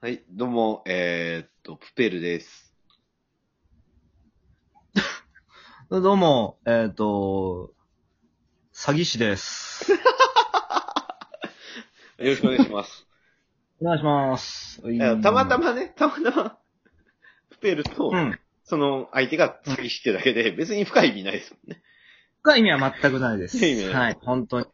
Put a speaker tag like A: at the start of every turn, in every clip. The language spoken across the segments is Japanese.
A: はい、どうも、えー、っと、プペルです。
B: どうも、えっ、と、詐欺師 です。
A: よろしくお願いし ます。
B: お願いします。
A: いやたまた
B: ま。
A: まね、たまたま、プペルと、
B: うん。
A: その相手が詐欺してるだけで、別に深い意味ないですもんね。
B: 深い意味は全くないです。
A: 深い意味はな
B: はいい、本当に。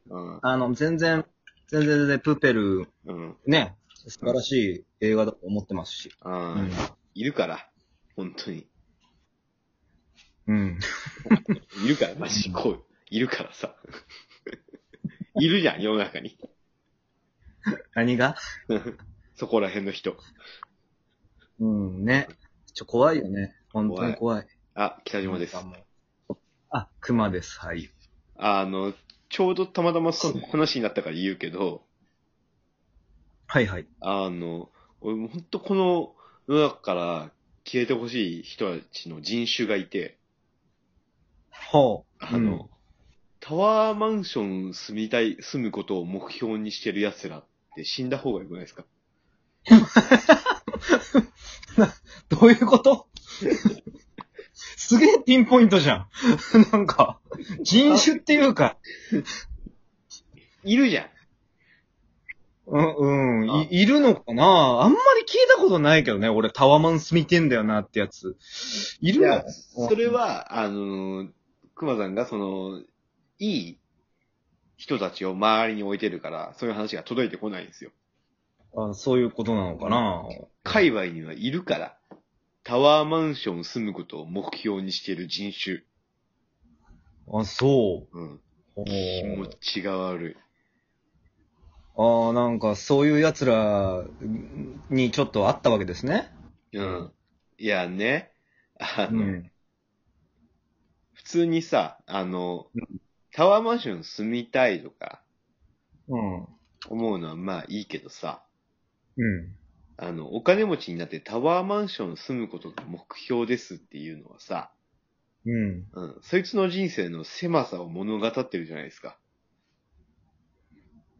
B: あの、全然、全然全然プペル、
A: うん。うん。
B: ね、素晴らしい映画だと思ってますし。う
A: あー
B: ん。
A: いるから、本当に。
B: うん。
A: いるから、マジ、こう、いるからさ。 いるじゃん、世の中に。
B: 何が
A: そこら辺の人。
B: うん、ね。ちょ、怖いよね。本当に怖い。
A: あ、北島です
B: な。んかもう。あ、熊です。はい。
A: あの、ちょうどたまたまその話になったから言うけど、
B: はいはい。
A: あの、俺も本当この世の中から消えてほしい人たちの人種がいて、
B: ほう。
A: あの、タワーマンション住みたい、住むことを目標にしてる奴らって死んだ方がよくないですか
B: うん、 どういうことすげえピンポイントじゃん。 なんか、人種っていうか、
A: いるじゃん。
B: うん、うん、い、いるのかなあんまり聞いたことないけどね、俺タワマン住みてんだよなってやつ。いる
A: いや
B: の
A: それは、あの、熊さんがその、いい人たちを周りに置いてるから、そういう話が届いてこないんですよ。
B: あそういうことなのかな
A: 界隈にはいるから、タワーマンション住むことを目標にしてる人種。
B: あ、そ
A: うん。
B: う。
A: 気持ちが悪い。
B: ああ、なんかそういう奴らにちょっとあったわけですね。
A: うん。いやね、あ
B: う
A: の、
B: ん。
A: 普通にさ、あの、タワーマンション住みたいとか
B: うん。
A: 思うのはまあいいけどさ、
B: うん。
A: あの、お金持ちになってタワーマンション住むことが目標ですっていうのはさ、
B: うん。
A: うん、そいつの人生の狭さを物語ってるじゃないですか。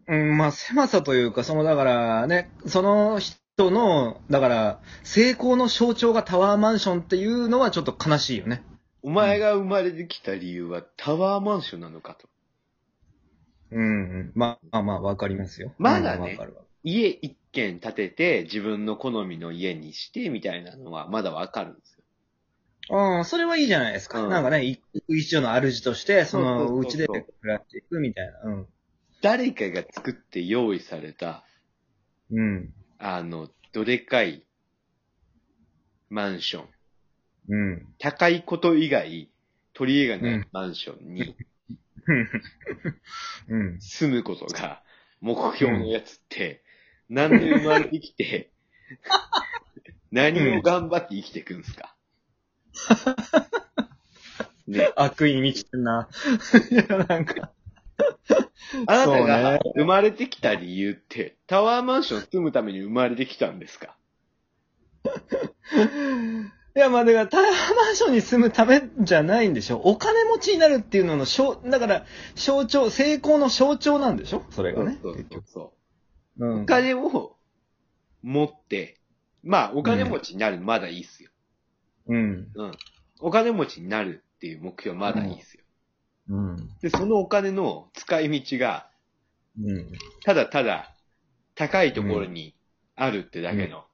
B: うん、まあ、狭さというか、その、だからね、その人の、だから、成功の象徴がタワーマンションっていうのはちょっと悲しいよね。
A: お前が生まれてきた理由はタワーマンションなのかと。
B: うん、うん。まあまあまあ、わかりますよ。
A: まだね
B: うんわかるわ
A: 家一軒建てて自分の好みの家にしてみたいなのはまだわかるんですよ。
B: うん、それはいいじゃないですか。
A: うん
B: なんかね、一夫一女の主として、そ
A: そ
B: の、
A: う
B: う
A: そう
B: ち
A: そうそ
B: で
A: う
B: 暮らしていくみたいな。うん。
A: 誰かが作って用意された
B: うん。
A: あの、どでかいマンション。
B: うん。
A: 高いこと以外、取り柄がないマンションに
B: うん。
A: 住むことが目標のやつって、なんで生まれてき て、何を頑張って生きていくんですかね、
B: 悪意に満ちてんな。 いや、なんか。
A: あなた
B: そう
A: が
B: ね
A: 生まれてきた理由って、タワーマンション住むために生まれてきたんですか
B: いや、まあ、だから、タワーマンションに住むためじゃないんでしょ。お金持ちになるっていうのの象、だから、象徴、成功の象徴なんでしょそれがね。
A: そうそう
B: 結
A: そ
B: 局
A: うそうう。お
B: ん。
A: 金を持って、まあ、お金持ちになるのまだいいっすよ。
B: うん。
A: うん。お金持ちになるっていう目標はまだいいですよ。
B: うん。
A: で、そのお金の使い道が、
B: うん。
A: ただただ高いところにあるってだけの、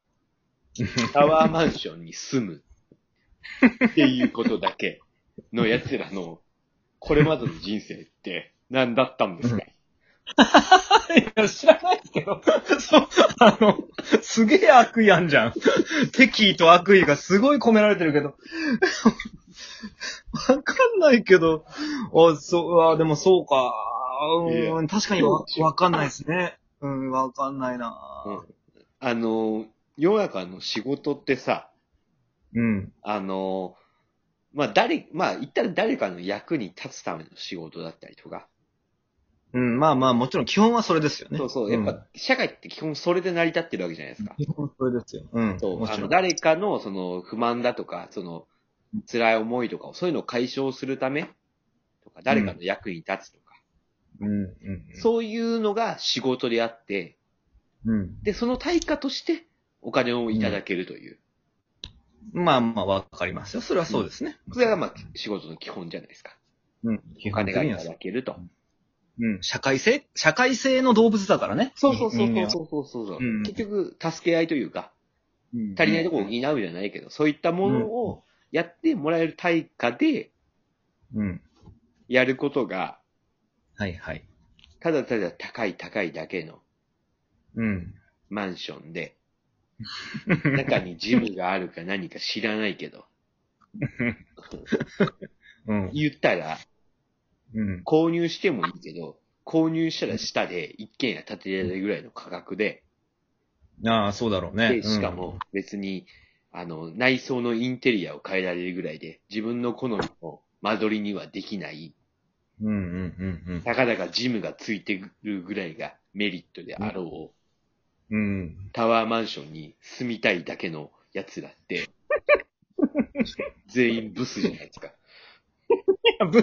A: タワーマンションに住むっていうことだけの奴らの、これまでの人生って何だったんですか、
B: いや、知らないけど。そう、あの、すげえ悪意あんじゃん。敵意と悪意がすごい込められてるけど。わかんないけど。あ、そう、あ、でもそうか。
A: いうや
B: ん、確かにわわかんないですね。うん、わかんないな。
A: あの、世の中の仕事ってさ、
B: うん。
A: あの、まあ、誰、まあ、言ったら誰かの役に立つための仕事だったりとか、
B: うん、まあまあ、もちろん基本はそれですよね。
A: そうそう。やっ
B: ん
A: ぱ、社会って基本それで成り立ってるわけじゃないですか。
B: 基本それですよ。うん。
A: そう。
B: も
A: あ
B: ちろ
A: の、
B: ん。
A: 誰かの、その、不満だとか、その、辛い思いとかを、そういうのを解消するためとか、誰かの役に立つとか、
B: うん、うん。
A: そういうのが仕事であって、
B: うん。
A: で、その対価として、お金をいただけるという。
B: まあまあ、わかりますよ。それはそうですね。
A: それがまあ、仕事の基本じゃないですか。
B: うん。
A: お金がいただけると。
B: うん。社会性社会性の動物だからね。
A: そうそうそう
B: 人間
A: そう
B: は
A: そうそうそう、
B: うん
A: 結局、助け合いというか、
B: うん
A: 足りないところを補うじゃないけど、そういったものをやってもらえる対価で
B: うん。
A: やることが、
B: はいはい。
A: ただただ高い高いだけの
B: うん。
A: マンションで、中にジムがあるか何か知らないけど、
B: うん。
A: 言ったら
B: うん。
A: 購入してもいいけど、購入したら下で一軒家建てられるぐらいの価格で、
B: ああ、そうだろうね。
A: で、しかも別に、あの、内装のインテリアを変えられるぐらいで、自分の好みの間取りにはできない、
B: うん。うんうんうん
A: たかだかジムがついてくるぐらいがメリットであろう、
B: うん。うん。
A: タワーマンションに住みたいだけの奴ら って、全員ブスじゃないですか。
B: ブ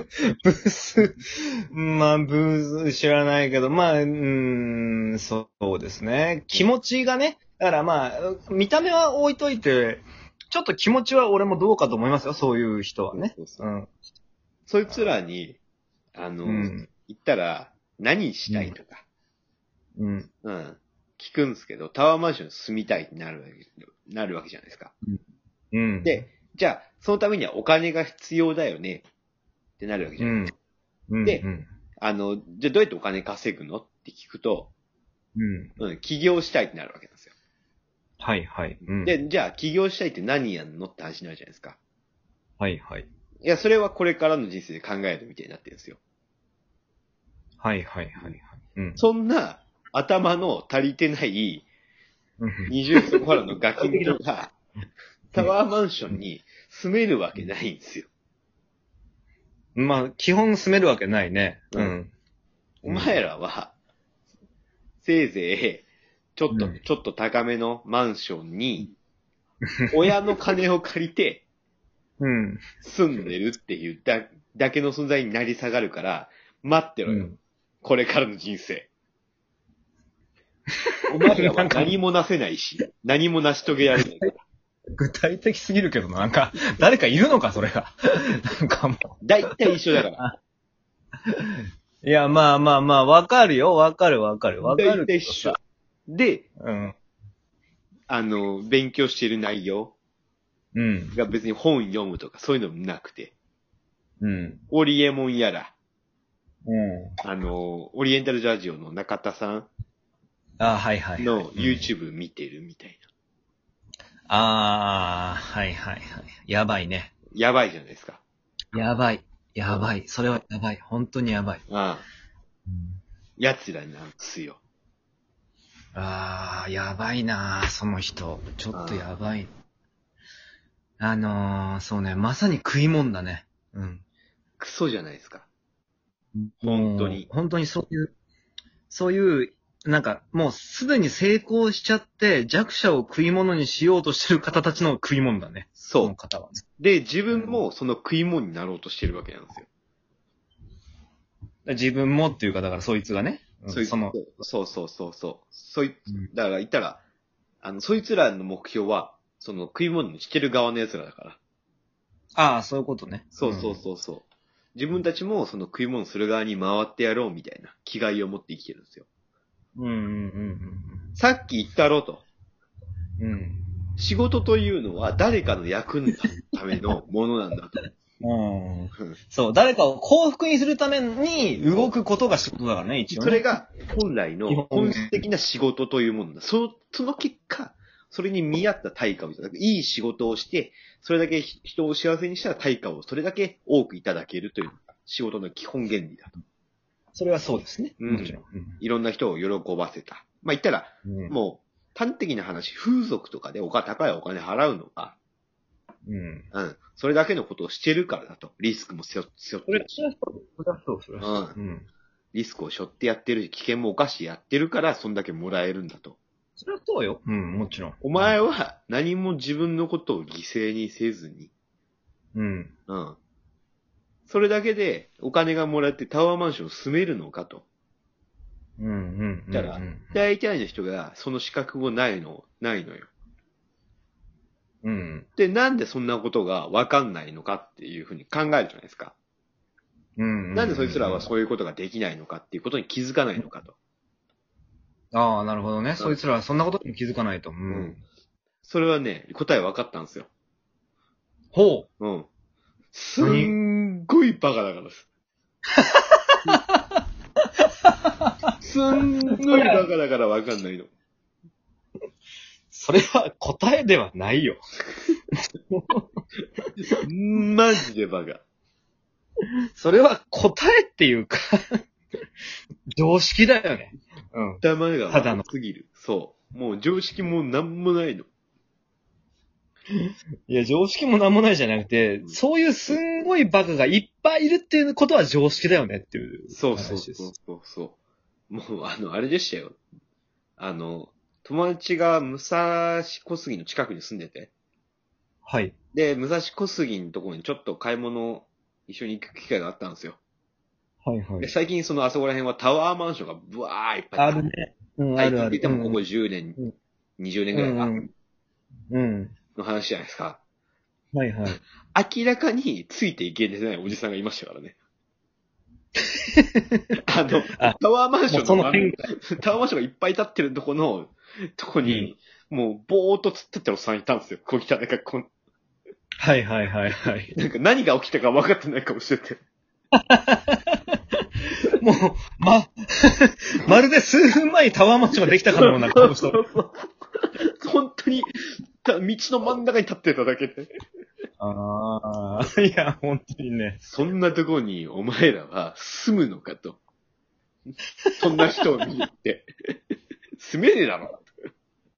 B: ス、 まあ、ブス知らないけど、まあ、うーん、そうですね。気持ちがね、だからまあ、見た目は置いといて、ちょっと気持ちは俺もどうかと思いますよ、そういう人はね。。
A: そうそううんそいつらに、あの、
B: うん。
A: 言ったら、何したいとか、
B: うん。
A: うん、聞くんですけど、タワーマンションに住みたいってなるわけ、なるわけじゃないですか。
B: うん。
A: で、じゃあ、そのためにはお金が必要だよね、ってなるわけじ
B: う
A: ゃない、
B: ん。うん。
A: で
B: うん。
A: あの、じゃあどうやってお金稼ぐのって聞くと、
B: うん。
A: うん、起業したいってなるわけなんですよ。
B: はいはい。うん、
A: で、じゃあ起業したいって何やんのって話になるじゃないですか。
B: はいはい。
A: いや、それはこれからの人生で考えるみたいになってるんですよ。
B: はいはいはいはい。うん。
A: そんな頭の足りてない
B: うん
A: 20歳からのガキンとが、タワーマンションに住めるわけないんですよ。
B: まあ、基本住めるわけないね。うん。
A: お前らは、せいぜい、ちょっと、
B: うん
A: ちょっと高めのマンションに、親の金を借りて
B: うん。
A: 住んでるっていうだだけの存在になり下がるから、待って
B: う
A: ろよ。
B: ん。
A: これからの人 生。お前らは何もなせないし、何も成し遂げられないから。
B: 具体的すぎるけどな、なんか、 誰かいるのか、それが。なんかも
A: 大体一緒だから。
B: う。いや、まあまあまあ、わかるよ、わかるわか る、わか
A: 大体
B: るけ
A: 一
B: ど
A: 緒
B: さ。。
A: で、
B: うん。
A: あの、勉強してる内容
B: うん。
A: が別に本読むとかそういうのもなくて、
B: うん。
A: オリエモンやら、
B: うん。
A: あの、オリエンタルジャージオの中田さ
B: あはいはいは
A: ん
B: い。
A: の
B: うん
A: YouTube 見てるみたいな。
B: ああ、はいはいはい。やばいね。
A: やばいじゃないですか。
B: やばい。やばい。それはやばい。本当にやばい。
A: ああ、奴らなんですよ。
B: ああ、やばいなーその人。ちょっとやばい。あのー、そうね、まさに食いもんだね。うん。
A: クソじゃないですか。本当に
B: もう本当にそういう、そういう、なんか、もうすでに成功しちゃって、弱者を食い物にしようとしてる方たちの食い物だね。
A: そ
B: この
A: う。
B: 方は。
A: で、自分もその食い物になろうとしてるわけなんですよ。
B: 自分もっていうか、だからそいつがね。うん
A: そいつ
B: その、
A: そうそうそうそう。そい、
B: うん
A: だから言ったら、あの、そいつらの目標は、その食い物にしてる側の奴らだから。
B: ああ、そういうことね。
A: そうそうそうそう。自分たちもその食い物する側に回ってやろうみたいな気概を持って生きてるんですよ。
B: うん。うんうん
A: さっき言ったろと。
B: うんうん。
A: 仕事というのは誰かの役に立つためのものなんだと。
B: うん。うん
A: うん
B: そう、誰かを幸福にするために動くことが仕事だからね、一応、ね。
A: それが本来の
B: 今
A: 本質的な仕事というものだ。その、その結果、それに見合った対価をいただく。いい仕事をして、それだけ人を幸せにしたら対価をそれだけ多くいただけるというのが仕事の基本原理だと。
B: それはそうですね。
A: うん
B: もちろん。
A: いろんな人を喜ばせた。まあ、言ったら、
B: うん
A: もう、端的な話、風俗とかでお金、高いお金払うのは、
B: うん。
A: うん、それだけのことをしてるからだと。リスクも背負背負ってるし、
B: それはそう、それ
A: うん、
B: うん。
A: リスクを背負ってやってるし、危険もおかしやってるから、そんだけもらえるんだと。
B: それはそうよ。うん、もちろん。
A: お前は何も自分のことを犠牲にせずに、
B: うん。
A: うん。それだけでお金がもらってタワーマンションを住めるのかと。
B: うん、うん。
A: だから
B: うん
A: 大体の人がその資格もないの、ないのよ。
B: うん。
A: で、なんでそんなことがわかんないのかっていうふうに考えるじゃないですか。
B: うん。
A: なんでそいつらは
B: う
A: そういうことができないのかっていうことに気づかないのかと。
B: ん。ああ、なるほどね。そいつらはそんなことに気づかないと。うん。
A: それはね、答え分かったんですよ。
B: ほ
A: うん。すんごいバカだからです。 すんごいバカだから分かんないの。
B: う。それは答えではないよ。
A: マジでバカ。
B: それは答えっていうか、 常識だよね。うん。
A: 頭が
B: ただの
A: 悪すぎる。そう。もう常識もなんもないの。
B: いや、常識もなんもないじゃなくて、
A: うん
B: そういうすんごいバカがいっぱいいるっていうことは常識だよねっていう。
A: そうそう
B: 話
A: そ
B: で
A: う
B: す
A: そうそう。もう、あの、あれでしたよ。あの、友達が武蔵小杉の近くに住んでて、
B: はい。
A: で、武蔵小杉のところにちょっと買い物一緒に行く機会があったんですよ。
B: はいは
A: で。最近そのあそこら辺はタワーマンションがブワーいっぱい
B: あるね。うん、あ
A: 最
B: る
A: 近
B: あ
A: って言
B: る
A: っ。てもここ
B: うん
A: 10年、
B: うん
A: 20年ぐらいか
B: うんうん。
A: の話じゃないですか。
B: はい はい。
A: 明らかについていけてないおじさんがいましたから ね。あの、
B: あ
A: タワーマンシ
B: も
A: ョ
B: うそ
A: ン
B: の
A: の
B: 辺
A: タワーマンションがいっぱい立ってるとこの、とこに、もう、ぼーっと突っ立ってるおっさんいたんですよ。こう来た、なんかこう、
B: はいはいはいはい。
A: なんか何が起きたか分かってないかもしれて。
B: もう、ま、 まるで数分前にタワーマンションができたかのような顔をしてる。
A: 本当に、た道の真ん中に立ってただけで。
B: ああ、 いや、本当にね。
A: そんなとこにお前らは住むのかと。そんな人を見に行って。住めねえだろ。